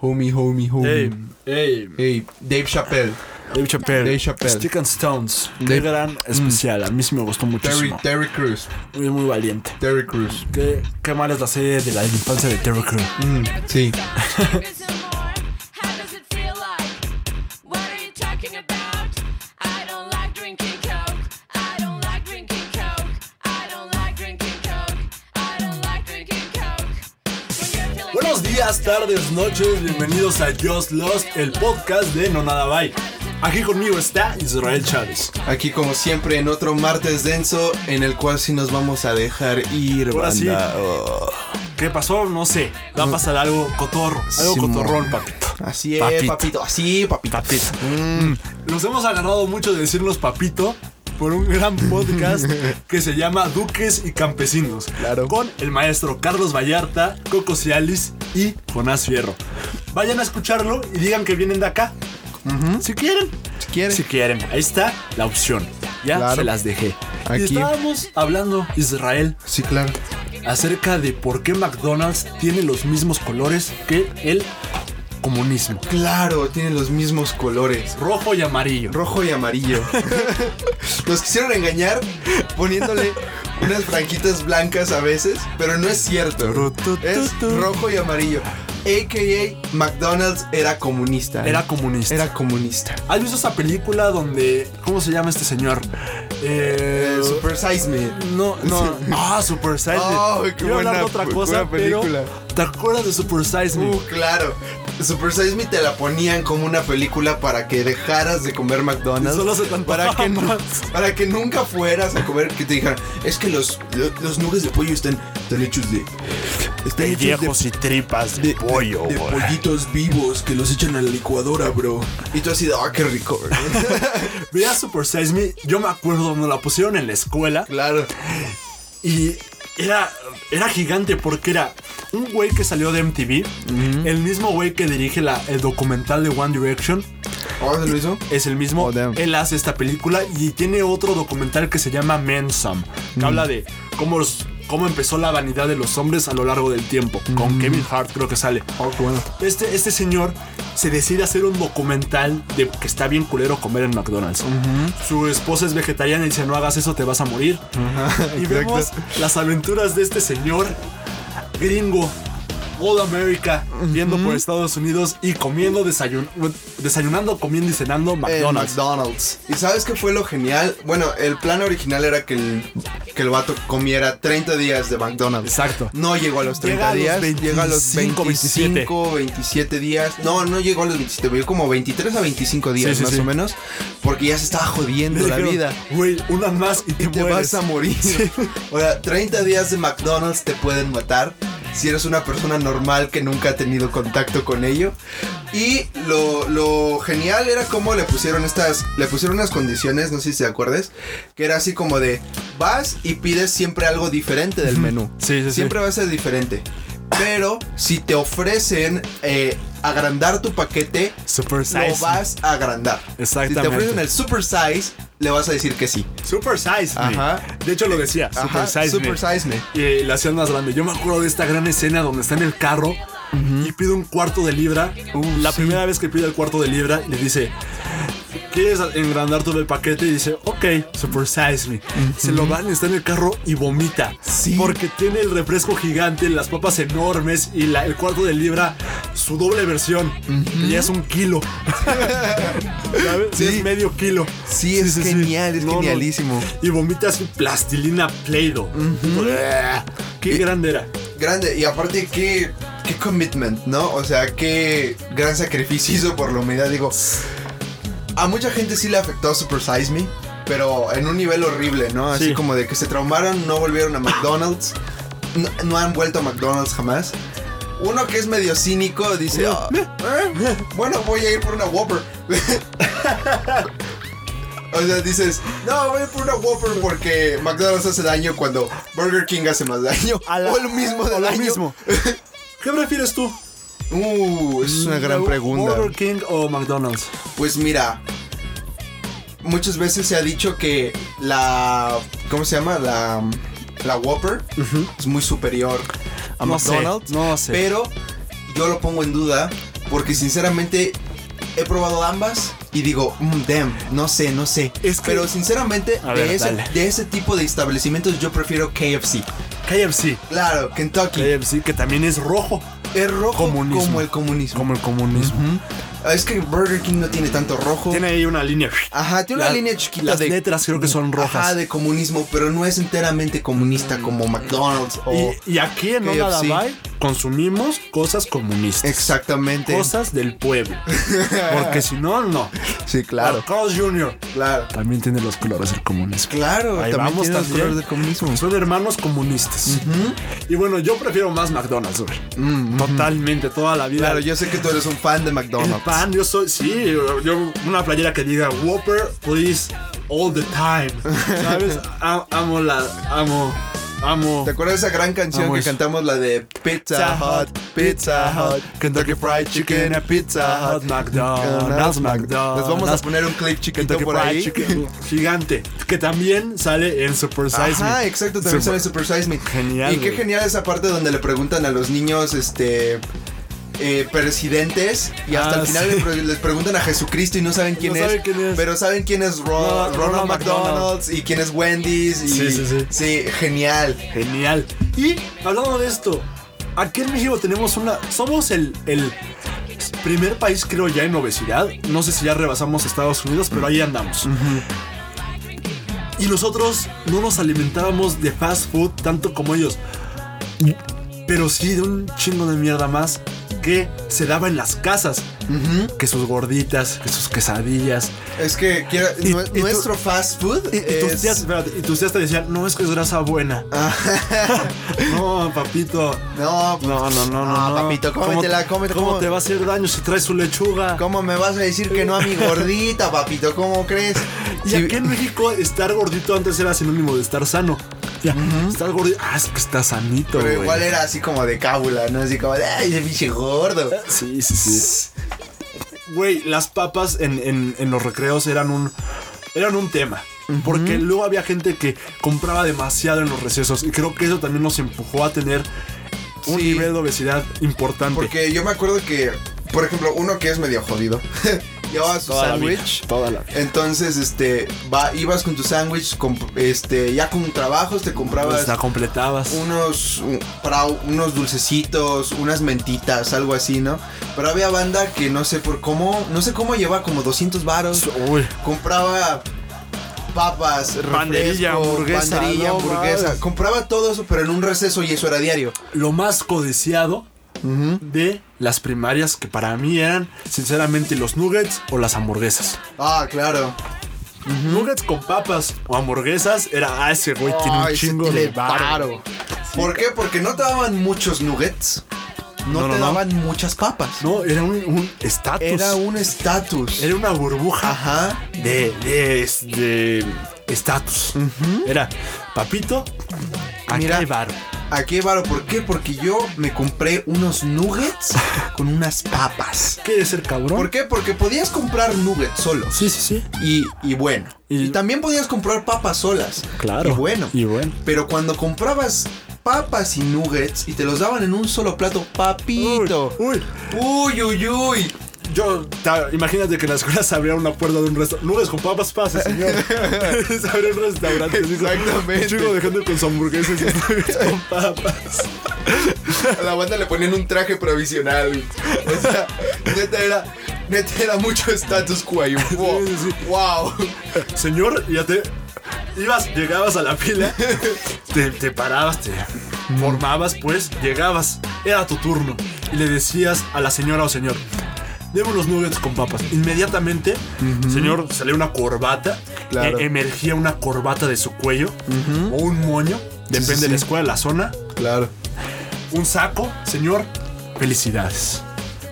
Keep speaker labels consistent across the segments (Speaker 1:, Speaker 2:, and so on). Speaker 1: Homie, homie, homie.
Speaker 2: Hey, hey.
Speaker 1: Hey, Dave Chappelle.
Speaker 2: Dave Chappelle.
Speaker 1: Dave Chappelle.
Speaker 2: Stick and Stones.
Speaker 1: Dave- Mm.
Speaker 2: Un gran especial. A mí sí me gustó
Speaker 1: Terry,
Speaker 2: muchísimo.
Speaker 1: Terry Cruz.
Speaker 2: Muy, muy valiente.
Speaker 1: Terry Cruz.
Speaker 2: Qué, qué mal es la serie de la infancia de Terry Crew.
Speaker 1: Mm, sí.
Speaker 2: Buenos días, tardes, noches. Bienvenidos a Just Lost, el podcast de Nonada Bye. Aquí conmigo está Israel Chávez.
Speaker 1: Aquí como siempre en otro martes denso en el cual sí nos vamos a dejar ir,
Speaker 2: Ahora sí.
Speaker 1: banda. Oh,
Speaker 2: ¿Qué pasó? No sé. Va a pasar algo cotorro. Algo
Speaker 1: Simón.
Speaker 2: cotorrón, papito.
Speaker 1: Así es,
Speaker 2: Papito.
Speaker 1: papito. Así, papito.
Speaker 2: Papito. Mm. Nos hemos agarrado mucho de decirnos papito por un gran podcast que se llama Duques y Campesinos.
Speaker 1: Claro.
Speaker 2: Con el maestro Carlos Vallarta, Coco Cialis y Jonás Fierro. Vayan a escucharlo y digan que vienen de acá. Si quieren.
Speaker 1: Si quieres.
Speaker 2: Si quieren. Ahí está la opción. Ya
Speaker 1: Claro.
Speaker 2: se las dejé. Y
Speaker 1: Aquí.
Speaker 2: estábamos hablando, Israel,
Speaker 1: Sí, claro.
Speaker 2: acerca de por qué McDonald's tiene los mismos colores que el comunismo.
Speaker 1: Claro, tienen los mismos colores.
Speaker 2: Rojo y amarillo.
Speaker 1: Rojo y amarillo. Nos quisieron engañar poniéndole unas franquitas blancas a veces, pero no es cierto. Es rojo y amarillo. AKA McDonald's era comunista.
Speaker 2: Era comunista.
Speaker 1: Era comunista.
Speaker 2: ¿Has visto esa película donde. ¿Cómo se llama este señor? Eh.
Speaker 1: Eh, Super Size Me.
Speaker 2: No, no. Ah, Super Size Me.
Speaker 1: Oh, qué
Speaker 2: Quiero hablar de
Speaker 1: buena-
Speaker 2: otra
Speaker 1: buena
Speaker 2: cosa, pero.
Speaker 1: película.
Speaker 2: ¿Te acuerdas de Super Size Me?
Speaker 1: Uh, claro. Super Size Me te la ponían como una película para que dejaras de comer McDonald's.
Speaker 2: Solo se te
Speaker 1: para
Speaker 2: antojaba
Speaker 1: que, nu-
Speaker 2: más.
Speaker 1: para que nunca fueras a comer, que te dijeran, es que los, lo- los, nubes de pollo están, están hechos de... Están hechos de,
Speaker 2: y tripas
Speaker 1: de- de pollitos vivos que los echan a la licuadora, bro. Y tú así de, ah, qué rico. bro".
Speaker 2: Veía Super Size Me. Yo me acuerdo, nos la pusieron en la escuela.
Speaker 1: claro.
Speaker 2: Y era, era gigante porque era un güey que salió de MTV, el mismo güey que dirige la- el documental de One Direction,
Speaker 1: ¿Ahora se lo hizo?
Speaker 2: es el mismo,
Speaker 1: Oh, damn.
Speaker 2: él hace esta película y tiene otro documental que se llama Men Some,
Speaker 1: Mm.
Speaker 2: que habla de cómo, los- cómo empezó la vanidad de los hombres a lo largo del tiempo,
Speaker 1: Mm.
Speaker 2: con Kevin Hart creo que sale.
Speaker 1: Oh, qué bueno.
Speaker 2: Este, este señor se decide hacer un documental de que está bien culero comer en McDonald's. Su esposa es vegetariana y dice, no hagas eso, te vas a morir. y
Speaker 1: exacto.
Speaker 2: vemos las aventuras de este señor gringo. All America, viendo por Estados Unidos y comiendo, desayun- desayunando, comiendo y cenando
Speaker 1: en
Speaker 2: McDonald's.
Speaker 1: McDonald's. ¿Y sabes qué fue lo genial? Bueno, el plan original era que el, que el vato comiera 30 días de McDonald's.
Speaker 2: Exacto.
Speaker 1: No llegó a los 30
Speaker 2: Llega a
Speaker 1: días,
Speaker 2: los 25,
Speaker 1: llega a los
Speaker 2: 27.
Speaker 1: 25, 27 días. No, no llegó a los 27, llegó como 23 a 25 días
Speaker 2: Sí, sí,
Speaker 1: más
Speaker 2: sí.
Speaker 1: o menos, porque ya se estaba jodiendo la
Speaker 2: Dijeron,
Speaker 1: vida.
Speaker 2: Güey, una más y te,
Speaker 1: Te
Speaker 2: mueres".
Speaker 1: vas a morir. Ahora, 30 días de McDonald's te pueden matar si eres una persona normal que nunca ha tenido contacto con ello. Y lo, lo genial era cómo le pusieron estas, le pusieron unas condiciones, no sé si te acuerdas, que era así como de, vas y pides siempre algo diferente del menú.
Speaker 2: Sí, sí, sí.
Speaker 1: Siempre va a ser diferente. Pero si te ofrecen eh, agrandar tu paquete,
Speaker 2: Super size.
Speaker 1: lo vas a agrandar. Si
Speaker 2: Exactamente.
Speaker 1: te ofrecen el super size, le vas a decir que sí.
Speaker 2: Super size. me.
Speaker 1: Ajá.
Speaker 2: De hecho lo decía.
Speaker 1: Ajá,
Speaker 2: super size. me.
Speaker 1: Super Size Me.
Speaker 2: y eh, la hacían más grande. Yo me acuerdo de esta gran escena donde está en el carro y pide un cuarto de libra. la primera vez que pide el cuarto de libra, le dice, ¿quieres engrandar todo el paquete? Y dice, ok, super size me. Se lo van, está en el carro y vomita.
Speaker 1: Sí.
Speaker 2: Porque tiene el refresco gigante, las papas enormes y la- el cuarto de libra, su doble versión. que ya es un kilo. ¿Sabes?
Speaker 1: Sí.
Speaker 2: Ya es medio kilo.
Speaker 1: Sí, es genial, es genialísimo.
Speaker 2: Y vomitas plastilina Play-Doh. Bleh. Qué
Speaker 1: Y-
Speaker 2: grande era.
Speaker 1: Grande, y aparte qué, qué commitment, ¿no? O sea, qué gran sacrificio hizo por la humanidad. Digo, a mucha gente sí le afectó Super Size Me, pero en un nivel horrible, ¿no? Así
Speaker 2: Sí.
Speaker 1: como de que se traumaron, no volvieron a McDonald's, no, no han vuelto a McDonald's jamás. Uno que es medio cínico dice, "Ah, eh, bueno, voy a ir por una Whopper. O sea, dices, no, voy por una Whopper porque McDonald's hace daño cuando Burger King hace más daño.
Speaker 2: A la-
Speaker 1: o lo mismo
Speaker 2: o
Speaker 1: de
Speaker 2: lo
Speaker 1: daño.
Speaker 2: mismo. ¿Qué prefieres tú?
Speaker 1: Uh, es una gran pregunta.
Speaker 2: ¿Burger King o McDonald's?
Speaker 1: Pues mira, muchas veces se ha dicho que la. ¿Cómo se llama? La. La Whopper es muy superior a
Speaker 2: No sé,
Speaker 1: McDonald's.
Speaker 2: no sé.
Speaker 1: Pero yo lo pongo en duda Porque sinceramente he probado ambas y digo, "Mm, damn, no sé, no sé.
Speaker 2: Es que-
Speaker 1: Pero sinceramente,
Speaker 3: A ver,
Speaker 1: de, ese,
Speaker 3: dale.
Speaker 1: de ese tipo de establecimientos yo prefiero KFC.
Speaker 2: KFC.
Speaker 1: Claro, Kentucky.
Speaker 2: KFC, que también es rojo.
Speaker 1: es rojo
Speaker 2: Eh, comunismo.
Speaker 1: como el comunismo.
Speaker 2: Como el comunismo.
Speaker 1: Ah, Es que Burger King no tiene tanto rojo.
Speaker 2: Tiene ahí una línea.
Speaker 1: Ajá, tiene
Speaker 2: La-
Speaker 1: una línea chiquita
Speaker 2: Las
Speaker 1: de...
Speaker 2: letras creo que son rojas.
Speaker 1: Ajá, de comunismo, pero no es enteramente comunista como McDonald's o...
Speaker 2: y, y aquí en
Speaker 1: KFC.
Speaker 2: Onda Davai consumimos cosas comunistas.
Speaker 1: Exactamente.
Speaker 2: Cosas del pueblo. Porque si no, no.
Speaker 1: Sí, claro,
Speaker 2: Carl Jr.
Speaker 1: claro.
Speaker 2: También tiene los colores del comunismo.
Speaker 1: Claro,
Speaker 2: Ahí
Speaker 1: también
Speaker 2: vamos
Speaker 1: tiene los
Speaker 2: también.
Speaker 1: colores de comunismo.
Speaker 2: Son hermanos comunistas. Y bueno, yo prefiero más McDonald's, güey. Totalmente, toda la vida.
Speaker 1: Claro, yo sé que tú eres un fan de
Speaker 2: El
Speaker 1: McDonald's.
Speaker 2: pan, yo soy, sí, yo, yo- una playera que diga Whopper, please, all the time. ¿Sabes? A- amo la, amo, amo.
Speaker 1: ¿Te acuerdas de esa gran canción
Speaker 2: Vamos.
Speaker 1: que cantamos la de Pizza Hut, Pizza Hut, Kentucky Fried Chicken, a Pizza Hut,
Speaker 2: McDonald's, McDonald's.
Speaker 1: Les vamos a poner un clip chiquito
Speaker 2: Kentucky
Speaker 1: por
Speaker 2: Fried
Speaker 1: ahí.
Speaker 2: Chicken Gigante. Que también sale en Super Size
Speaker 1: Ajá,
Speaker 2: Me.
Speaker 1: exacto, también sale
Speaker 2: Super-
Speaker 1: Super Size Me.
Speaker 2: Genial,
Speaker 1: Y qué
Speaker 2: güey.
Speaker 1: genial esa parte donde le preguntan a los niños, este. eh, presidentes y hasta
Speaker 2: Ah,
Speaker 1: el final
Speaker 2: sí.
Speaker 1: le pre- les, preguntan a Jesucristo y no saben quién,
Speaker 2: No
Speaker 1: es,
Speaker 2: saben quién es.
Speaker 1: pero saben quién es Ro-
Speaker 2: No,
Speaker 1: Ronald
Speaker 2: Ronald McDonald.
Speaker 1: McDonald's y quién es Wendy's y
Speaker 2: Sí, sí, sí.
Speaker 1: genial
Speaker 2: Genial. Y hablando de esto, aquí en México tenemos una. Somos el, el primer país, creo, ya en obesidad. No sé si ya rebasamos a Estados Unidos, pero ahí andamos. Y nosotros no nos alimentábamos de fast food tanto como ellos. Pero sí de un chingo de mierda más que se daba en las casas. Que sus gorditas, que sus quesadillas.
Speaker 1: es que quiera-
Speaker 2: Y-
Speaker 1: nue-
Speaker 2: y tú-
Speaker 1: nuestro fast food
Speaker 2: Y, y tus
Speaker 1: es-
Speaker 2: tías, espérate, y tus tías te decían, no, es que es grasa buena. no, papito.
Speaker 1: no
Speaker 2: No, no, no, no.
Speaker 1: Ah,
Speaker 2: no.
Speaker 1: papito, cómetela,
Speaker 2: ¿Cómo,
Speaker 1: cómetela,
Speaker 2: ¿Cómo
Speaker 1: cómo-
Speaker 2: te va a hacer daño si traes su lechuga?
Speaker 1: ¿Cómo me vas a decir que no a mi gordita, papito? ¿Cómo crees?
Speaker 2: Y
Speaker 1: Sí,
Speaker 2: aquí en México, estar gordito antes era sinónimo de estar sano. Ya, Estar gordito. Ah, es que está sanito,
Speaker 1: pero
Speaker 2: güey.
Speaker 1: igual era así como de cábula, ¿no? Así como de, ay, ese pinche gordo.
Speaker 2: Sí, sí, sí. Güey, las papas en, en- en los recreos eran un, eran un tema. Porque luego había gente que compraba demasiado en los recesos. Y creo que eso también nos empujó a tener un
Speaker 1: Sí.
Speaker 2: nivel de obesidad importante.
Speaker 1: Porque yo me acuerdo que, por ejemplo, uno que es medio jodido, llevaba su
Speaker 3: Toda la vida.
Speaker 1: sándwich.
Speaker 2: toda la
Speaker 1: Entonces, este, va, ibas con tu sándwich, comp- este, ya con trabajos te comprabas
Speaker 2: la completabas.
Speaker 1: unos, un- para unos dulcecitos, unas mentitas, algo así, ¿no? Pero había banda que no sé por cómo, no sé cómo llevaba como 200 varos.
Speaker 2: Uy.
Speaker 1: compraba papas,
Speaker 3: Banderilla,
Speaker 1: refresco,
Speaker 3: hamburguesa,
Speaker 1: banderilla,
Speaker 3: no
Speaker 1: hamburguesa.
Speaker 3: mames.
Speaker 1: Compraba todo eso, pero en un receso y eso era diario.
Speaker 2: lo más codiciado de las primarias que para mí eran sinceramente los nuggets o las hamburguesas.
Speaker 1: Ah, claro.
Speaker 2: Nuggets con papas o hamburguesas era ah, ese güey tiene un
Speaker 1: Ay, se
Speaker 2: chingo
Speaker 1: tiene
Speaker 2: de varo.
Speaker 1: varo. ¿Por qué? Porque no te daban muchos nuggets. No,
Speaker 2: No, no,
Speaker 1: te
Speaker 2: no.
Speaker 1: daban muchas papas.
Speaker 2: No, era un- un estatus.
Speaker 1: Era
Speaker 2: Era,
Speaker 1: un estatus.
Speaker 2: una burbuja
Speaker 1: Ajá.
Speaker 2: de de- de estatus. Era papito, aquí
Speaker 1: Mira.
Speaker 2: hay varo.
Speaker 1: Aquí hay varo. ¿Por qué? Porque yo me compré unos nuggets con unas papas.
Speaker 2: ¿Quieres ser cabrón?
Speaker 1: ¿Por qué? Porque podías comprar nuggets solos.
Speaker 2: Sí, sí, sí.
Speaker 1: Y, y bueno.
Speaker 2: Y-
Speaker 1: Y, también podías comprar papas solas.
Speaker 2: Claro.
Speaker 1: Y bueno.
Speaker 2: Y bueno.
Speaker 1: Pero cuando comprabas papas y nuggets y te los daban en un solo plato, papito.
Speaker 2: Uy, uy.
Speaker 1: Uy, uy, uy.
Speaker 2: Yo, ta- imagínate que en la escuela se abriera una puerta de un restaurante. Nubes con papas, pase, señor. se abrió un restaurante. así como-
Speaker 1: Exactamente.
Speaker 2: Un chico dejando con sus hamburguesas y nuggets con papas.
Speaker 1: A la banda le ponían un traje provisional. O sea, neta era, neta era mucho status quo. ahí. Wow.
Speaker 2: Sí, sí, sí.
Speaker 1: Wow.
Speaker 2: Señor, ya te. Ibas, llegabas a la fila, te, te parabas, te formabas, pues, llegabas, era tu turno. Y le decías a la señora o señor, deme unos nuggets con papas. Inmediatamente, señor, salía una corbata,
Speaker 1: Claro.
Speaker 2: e- emergía una corbata de su cuello o un moño, depende
Speaker 1: sí,
Speaker 2: de la
Speaker 1: sí.
Speaker 2: escuela, la zona,
Speaker 1: Claro.
Speaker 2: un saco, señor, felicidades.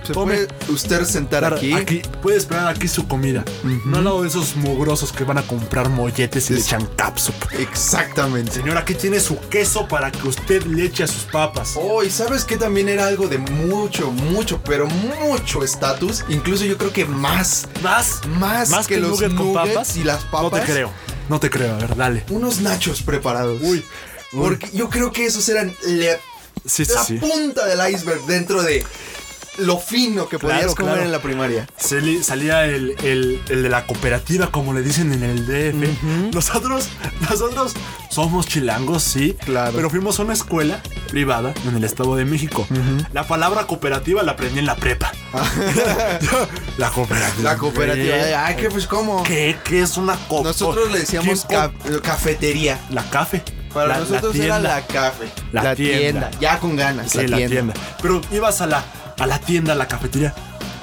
Speaker 1: ¿Se
Speaker 2: Tome.
Speaker 1: puede usted sentar
Speaker 2: Claro,
Speaker 1: aquí?
Speaker 2: puede esperar aquí su comida. No al lado de esos mugrosos que van a comprar molletes y le
Speaker 1: Es-
Speaker 2: echan capsup.
Speaker 1: Exactamente.
Speaker 2: Señor, aquí tiene su queso para que usted le eche a sus papas.
Speaker 1: Oh, y sabes que también era algo de mucho, mucho, pero mucho estatus. Incluso yo creo que más.
Speaker 2: ¿Más?
Speaker 1: Más,
Speaker 3: Más
Speaker 1: que,
Speaker 3: que
Speaker 1: los
Speaker 3: nugget
Speaker 1: nuggets
Speaker 3: con papas,
Speaker 1: y las papas.
Speaker 2: No te creo. No te creo, a ver, dale.
Speaker 1: unos nachos preparados.
Speaker 2: Uy, uy.
Speaker 1: Porque yo creo que esos eran la,
Speaker 2: Sí, sí,
Speaker 1: la
Speaker 2: sí.
Speaker 1: punta del iceberg dentro de lo fino que podías
Speaker 2: Claro,
Speaker 1: comer
Speaker 2: claro.
Speaker 1: en la primaria.
Speaker 2: Sali- salía el, el- el de la cooperativa, como le dicen en el DF. Nosotros, nosotros somos chilangos, sí.
Speaker 1: Claro.
Speaker 2: Pero fuimos a una escuela privada en el Estado de México. La palabra cooperativa la aprendí en la prepa. la cooperativa.
Speaker 1: Ah. La cooperativa.
Speaker 2: ¿Qué?
Speaker 1: Ay, que pues cómo.
Speaker 2: ¿Qué, ¿Qué es una cooperativa?
Speaker 1: Nosotros le decíamos ca- cafetería.
Speaker 2: La cafe.
Speaker 1: Para
Speaker 2: La- la
Speaker 1: nosotros era
Speaker 2: tienda.
Speaker 1: la cafe.
Speaker 2: La tienda.
Speaker 1: Ya con ganas.
Speaker 2: Sí, la tienda. Pero ibas a la, a la tienda, a la cafetería.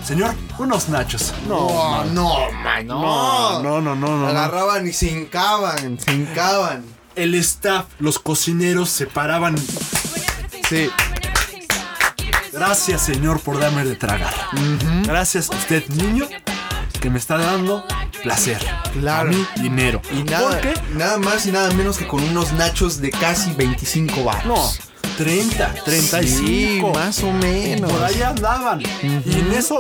Speaker 2: Señor, unos nachos.
Speaker 1: No, no, man, no.
Speaker 2: no, no, no, no. no.
Speaker 1: Agarraban y se hincaban, se hincaban.
Speaker 2: El staff, los cocineros se paraban.
Speaker 1: Sí.
Speaker 2: Gracias, señor, por darme de tragar. Gracias a usted, niño, que me está dando placer.
Speaker 1: Claro.
Speaker 2: A mí, dinero.
Speaker 1: Y nada,
Speaker 2: ¿Por qué?
Speaker 1: nada más y nada menos que con unos nachos de casi 25 baros.
Speaker 2: No, 30, 35.
Speaker 1: Sí, más o menos.
Speaker 2: Por ahí andaban. Y en eso,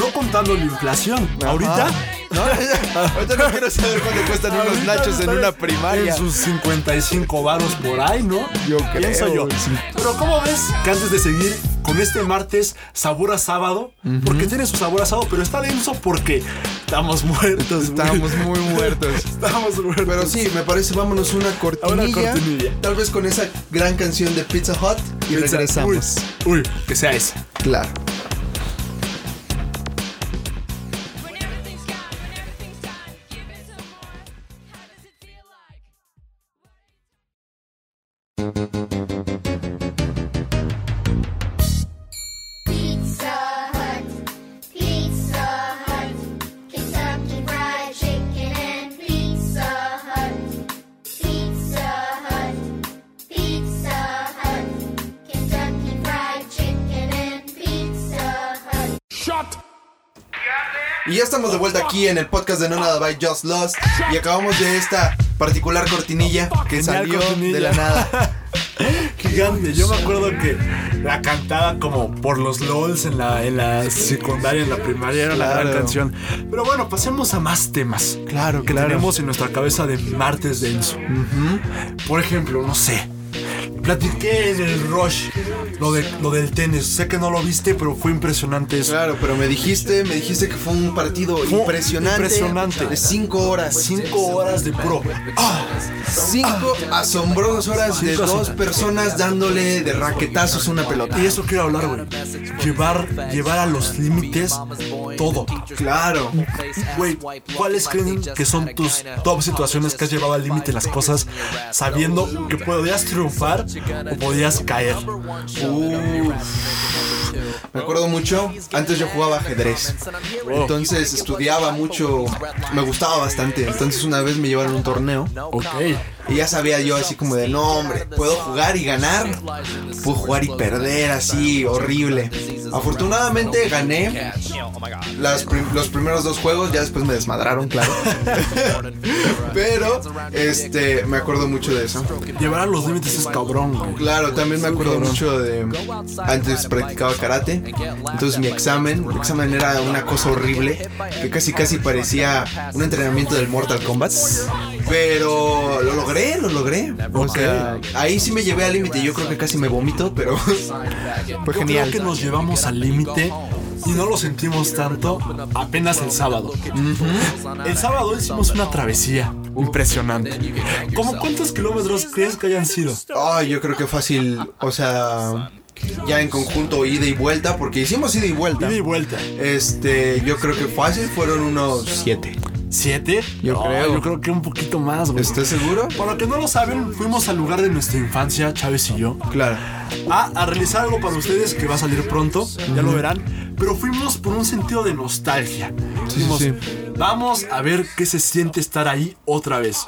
Speaker 2: no contando la inflación,
Speaker 1: Ajá.
Speaker 2: ahorita.
Speaker 1: No, ahorita no quiero saber cuánto cuestan unos
Speaker 2: ahorita
Speaker 1: nachos en
Speaker 2: están
Speaker 1: una primaria.
Speaker 2: En sus 55 varos por ahí, ¿no?
Speaker 1: Yo
Speaker 2: Pienso
Speaker 1: creo,
Speaker 2: yo.
Speaker 1: sí.
Speaker 2: Pero ¿cómo ves que antes de seguir con este martes sabor a sábado? Porque tiene su sabor a sábado, pero está denso porque estamos muertos.
Speaker 1: Estábamos
Speaker 2: güey.
Speaker 1: muy muertos.
Speaker 2: Estamos muertos.
Speaker 1: Pero sí, me parece, vámonos una cortinilla.
Speaker 2: cortinilla.
Speaker 1: Tal vez con esa gran canción de Pizza Hut y regresamos.
Speaker 2: Uy, uy, que sea esa.
Speaker 1: Claro.
Speaker 3: Pizza Hut, Pizza Hut, Kentucky Fried Chicken and Pizza Hut. Pizza Hut, Pizza Hut, Kentucky Fried Chicken and Pizza Hut.
Speaker 1: Y ya estamos de vuelta aquí en el podcast de No Nada by Just Lost. Y acabamos de esta particular cortinilla que
Speaker 2: Genial
Speaker 1: salió
Speaker 2: cortinilla.
Speaker 1: de la nada.
Speaker 2: Gigante. Yo me acuerdo que la cantaba como por los LOLs en la, en la secundaria, en la primaria, era la gran
Speaker 1: Claro.
Speaker 2: canción. Pero bueno, pasemos a más temas.
Speaker 1: Claro,
Speaker 2: que
Speaker 1: claro.
Speaker 2: tenemos en nuestra cabeza de martes denso. Por ejemplo, no sé. Platiqué en el Rush lo, de, lo del tenis. Sé que no lo viste, pero fue impresionante eso.
Speaker 1: Claro, pero me dijiste, me dijiste que fue un partido
Speaker 2: Fue
Speaker 1: impresionante.
Speaker 2: impresionante.
Speaker 1: De cinco horas.
Speaker 2: Cinco horas de puro. ¡Ah!
Speaker 1: Cinco asombrosas horas de
Speaker 2: Cinco
Speaker 1: dos
Speaker 2: asombra-
Speaker 1: personas dándole de raquetazos una pelota.
Speaker 2: Y eso quiero hablar, güey. Llevar, llevar a los límites todo.
Speaker 1: Claro.
Speaker 2: Güey, ¿cuáles creen que son tus top situaciones que has llevado al límite las cosas sabiendo que podías triunfar o podías caer?
Speaker 1: Me acuerdo mucho, antes yo jugaba ajedrez. Entonces estudiaba mucho, me gustaba bastante. Entonces una vez me llevaron a un torneo
Speaker 2: Ok.
Speaker 1: y ya sabía yo así como de, no hombre, puedo jugar y ganar. Puedo jugar y perder así, horrible. Afortunadamente gané las prim- los primeros dos juegos, ya después me desmadraron, claro. Pero, este, me acuerdo mucho de eso.
Speaker 2: Llevar a los límites es cabrón, güey.
Speaker 1: Claro, también me acuerdo mucho de antes practicaba karate, entonces mi examen, mi examen era una cosa horrible que casi casi parecía un entrenamiento del Mortal Kombat, pero lo logré, lo logré. O sea, ahí sí me llevé al límite, yo creo que casi me vomito, pero fue
Speaker 2: Yo
Speaker 1: genial.
Speaker 2: Creo que nos llevamos al límite y no lo sentimos tanto apenas el sábado. El sábado hicimos una travesía impresionante. ¿Cómo cuántos kilómetros crees que hayan sido?
Speaker 1: Ay, yo creo que fácil, o sea, ya en conjunto ida y vuelta porque hicimos ida y vuelta.
Speaker 2: Ida y vuelta.
Speaker 1: Este, yo creo que fácil fueron unos siete.
Speaker 2: ¿Siete?
Speaker 1: Yo creo.
Speaker 2: Yo creo que un poquito más, güey.
Speaker 1: ¿Estás seguro?
Speaker 2: Para los que no lo saben, fuimos al lugar de nuestra infancia, Chávez y yo,
Speaker 1: Claro.
Speaker 2: a, a realizar algo para ustedes que va a salir pronto, ya lo verán, pero fuimos por un sentido de nostalgia. Dijimos,
Speaker 1: sí.
Speaker 2: vamos a ver qué se siente estar ahí otra vez.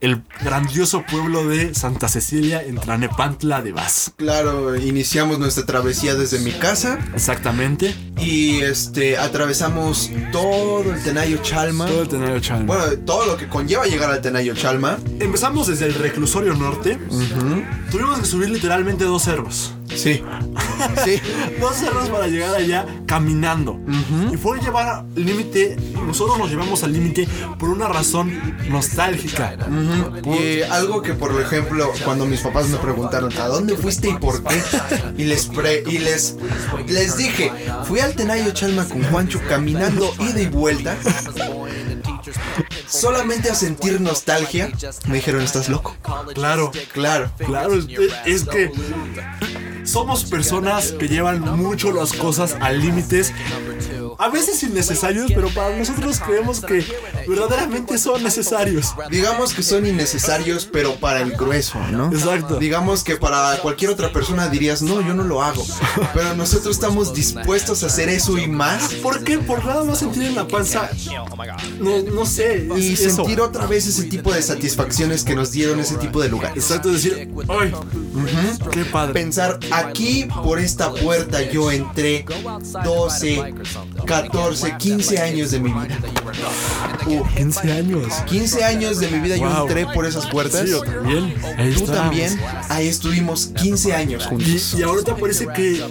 Speaker 2: El grandioso pueblo de Santa Cecilia en Tlanepantla de Vaz.
Speaker 1: Claro, iniciamos nuestra travesía desde mi casa
Speaker 2: Exactamente.
Speaker 1: y este atravesamos todo el Tenayo Chalma.
Speaker 2: Todo el Tenayo Chalma.
Speaker 1: Bueno, todo lo que conlleva llegar al Tenayo Chalma.
Speaker 2: empezamos desde el reclusorio norte. Tuvimos que subir literalmente dos cerros.
Speaker 1: Sí. Sí.
Speaker 2: Dos horas para llegar allá caminando. Y fue llevar al límite. Nosotros nos llevamos al límite por una razón nostálgica.
Speaker 1: Y eh, algo que, por ejemplo, cuando mis papás me preguntaron, ¿a dónde fuiste y por qué? Y les, pre- y les, les dije, fui al Tenayo Chalma con Juancho caminando ida y vuelta. Solamente a sentir nostalgia, me dijeron, ¿estás loco?
Speaker 2: Claro.
Speaker 1: Claro.
Speaker 2: Claro, es, es que somos personas que llevan mucho las cosas a límites, a veces innecesarios, pero para nosotros creemos que verdaderamente son necesarios.
Speaker 1: Digamos que son innecesarios, pero para el grueso, ¿no?
Speaker 2: Exacto.
Speaker 1: Digamos que para cualquier otra persona dirías, no, yo no lo hago. Pero nosotros estamos dispuestos a hacer eso y más.
Speaker 2: ¿Por qué? Por nada más sentir en la panza. No, no sé.
Speaker 1: Y
Speaker 2: es eso.
Speaker 1: sentir otra vez ese tipo de satisfacciones que nos dieron ese tipo de lugares.
Speaker 2: Exacto, decir, ¡ay! ¡Qué padre!
Speaker 1: Pensar, aquí por esta puerta yo entré 12, 14, 15 años de mi vida. Uh,
Speaker 2: 15 años.
Speaker 1: 15 años de mi vida yo
Speaker 2: Wow.
Speaker 1: entré por esas puertas.
Speaker 2: Sí, yo también. Ahí
Speaker 1: Tú
Speaker 2: está.
Speaker 1: también. Ahí estuvimos 15 años
Speaker 2: Y,
Speaker 1: juntos.
Speaker 2: y ahorita parece que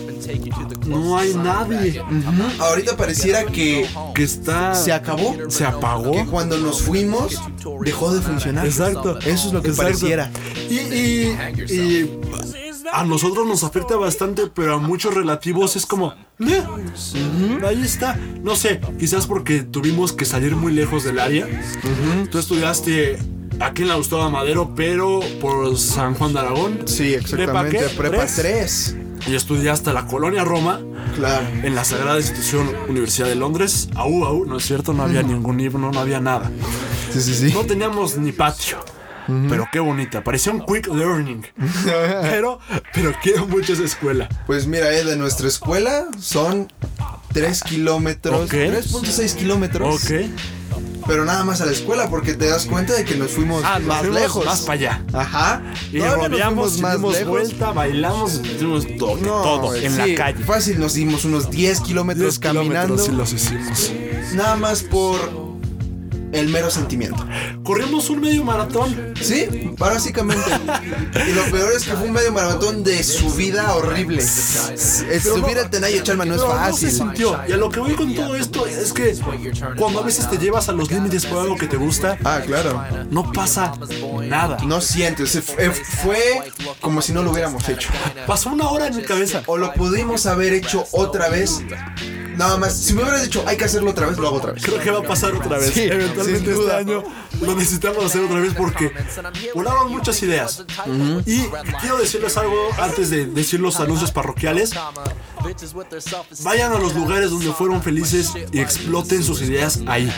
Speaker 2: no hay nadie
Speaker 1: Ujú. Ahorita pareciera que
Speaker 2: que está.
Speaker 1: se acabó.
Speaker 2: Se apagó.
Speaker 1: Que cuando nos fuimos dejó de funcionar.
Speaker 2: Exacto.
Speaker 1: Eso es lo que pareciera.
Speaker 2: Y, y- y a nosotros nos afecta bastante, pero a muchos relativos es como, "Meh, ahí está. No sé, quizás porque tuvimos que salir muy lejos del área. Tú estudiaste aquí en la Gustavo Madero, pero por San Juan de Aragón.
Speaker 1: Sí, exactamente.
Speaker 2: ¿Prepa qué?
Speaker 1: Prepa
Speaker 2: ¿Tres?
Speaker 1: 3.
Speaker 2: Y estudiaste la colonia Roma.
Speaker 1: Claro.
Speaker 2: En la Sagrada Institución Universidad de Londres, aú, aú, no es cierto, no había ningún himno, no había nada.
Speaker 1: Sí, sí, sí.
Speaker 2: No teníamos ni patio. Pero qué bonita, parecía un quick learning. pero, pero quiero mucho esa escuela.
Speaker 1: Pues mira, eh, de nuestra escuela son 3 kilómetros,
Speaker 2: Ok.
Speaker 1: 3.6 kilómetros.
Speaker 2: Ok.
Speaker 1: Pero nada más a la escuela, porque te das cuenta de que nos fuimos
Speaker 2: Ah, nos
Speaker 1: más
Speaker 2: fuimos
Speaker 1: lejos.
Speaker 2: Más para allá.
Speaker 1: Ajá.
Speaker 2: Y
Speaker 1: Todavía nos
Speaker 2: rodeamos,
Speaker 1: fuimos más
Speaker 2: dimos
Speaker 1: lejos.
Speaker 2: vuelta, bailamos, hicimos todo,
Speaker 1: No,
Speaker 2: todo en
Speaker 1: sí,
Speaker 2: la calle.
Speaker 1: Fácil, nos dimos unos 10 kilómetros
Speaker 2: 10
Speaker 1: caminando.
Speaker 2: kilómetros y los hicimos.
Speaker 1: Nada más por el mero sentimiento.
Speaker 2: Corrimos un medio maratón.
Speaker 1: Sí, básicamente. y lo peor es que fue un medio maratón de subida horrible. El subir al Tenayo Chalma no es
Speaker 2: pero no se
Speaker 1: fácil.
Speaker 2: sintió. Y a lo que voy con todo esto es que cuando a veces te llevas a los límites por algo que te gusta,
Speaker 1: Ah, claro.
Speaker 2: no pasa nada.
Speaker 1: No sientes, se fu- eh, fue como si no lo hubiéramos hecho.
Speaker 2: Pasó una hora en mi cabeza.
Speaker 1: O lo pudimos haber hecho otra vez. Nada más, si me hubieras dicho, hay que hacerlo otra vez, lo hago otra vez.
Speaker 2: Creo que va a pasar otra vez.
Speaker 1: Sí, sin
Speaker 2: Eventualmente este
Speaker 1: duda.
Speaker 2: año lo necesitamos hacer otra vez porque volaron muchas ideas. Y quiero decirles algo antes de decir los anuncios parroquiales. Vayan a los lugares donde fueron felices y exploten sus ideas ahí.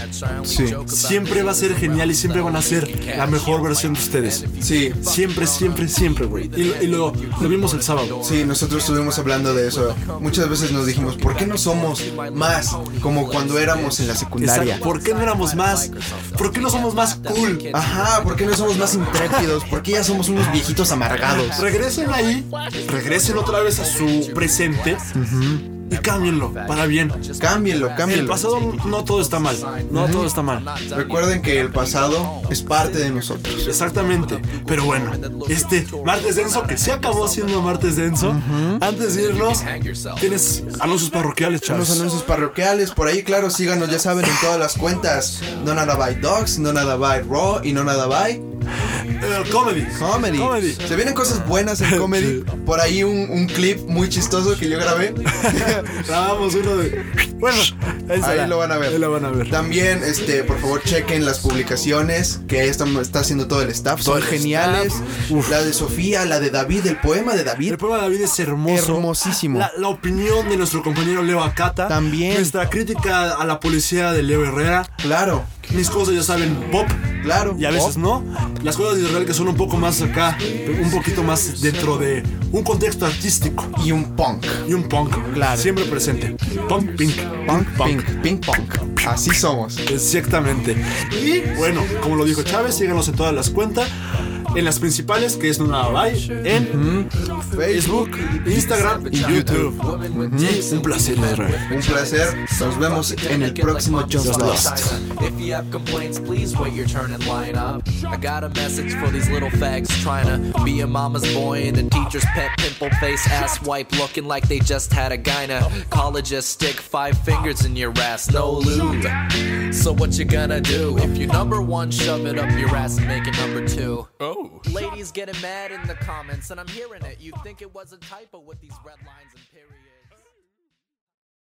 Speaker 1: Sí,
Speaker 2: Siempre va a ser genial y siempre van a ser la mejor versión de ustedes.
Speaker 1: sí,
Speaker 2: Siempre, siempre, siempre, güey. Y, y lo, lo vimos el sábado.
Speaker 1: sí, nosotros estuvimos hablando de eso. Muchas veces nos dijimos, ¿por qué no somos más como cuando éramos en la secundaria?
Speaker 2: Exacto. ¿Por qué no éramos más? ¿Por qué no somos más cool?
Speaker 1: Ajá, ¿por qué no somos más intrépidos? ¿Por qué ya somos unos viejitos amargados?
Speaker 2: Regresen ahí, regresen otra vez a su presente y cámbienlo para bien.
Speaker 1: Cámbienlo,
Speaker 2: El
Speaker 1: cámbienlo.
Speaker 2: pasado no todo está mal, no todo está mal.
Speaker 1: Recuerden que el pasado es parte de nosotros.
Speaker 2: Exactamente, pero bueno, este martes denso que se acabó siendo martes denso. Antes de irnos, tienes anuncios parroquiales,
Speaker 1: Unos
Speaker 2: chavos.
Speaker 1: anuncios parroquiales por ahí, claro, síganos, ya saben, en todas las cuentas. No nada by Dogs, no nada by Raw y no nada by
Speaker 2: Eh, comedy.
Speaker 1: Comedy.
Speaker 2: Comedy.
Speaker 1: Se vienen cosas buenas en comedy. Por ahí un, un clip muy chistoso que yo grabé.
Speaker 2: Grabamos uno de. Bueno, ahí, será.
Speaker 1: Ahí lo van a ver.
Speaker 2: Ahí lo van a ver.
Speaker 1: También, este, por favor, chequen las publicaciones que ahí están- está haciendo todo el staff. Son geniales. La de Sofía, la de David, el poema de David.
Speaker 2: El programa de David es hermoso.
Speaker 1: Hermosísimo.
Speaker 2: La, la opinión de nuestro compañero Leo Acata.
Speaker 1: También.
Speaker 2: Nuestra crítica a la policía de Leo Herrera.
Speaker 1: Claro,
Speaker 2: Mis cosas ya saben pop.
Speaker 1: claro.
Speaker 2: Y a veces
Speaker 1: Oh,
Speaker 2: no. Las cosas de Israel que son un poco más acá, un poquito más dentro de un contexto artístico
Speaker 1: Y un punk.
Speaker 2: y un punk.
Speaker 1: Claro.
Speaker 2: Siempre presente. Punk, pink.
Speaker 1: Punk, punk, pink, punk. Así somos.
Speaker 2: Exactamente. Y bueno, como lo dijo Chávez, síganos en todas las cuentas. en las principales, que es Nuna Live, en Facebook, Instagram y YouTube. Ujú. Un placer, Leroy.
Speaker 1: Un placer. Nos vemos en el próximo Just Lost.
Speaker 4: If you have complaints, please wait your turn and line up. I got a message for these little fags trying to be a mama's boy and a teacher's pet, pimple face, ass wipe, looking like they just had a gynecologist stick five fingers in your ass. No lube. So what you gonna do if you number one shove it up your ass and make it number two? Oh. Ladies getting mad in the comments, and I'm hearing it. You think it was a typo with these red lines and periods?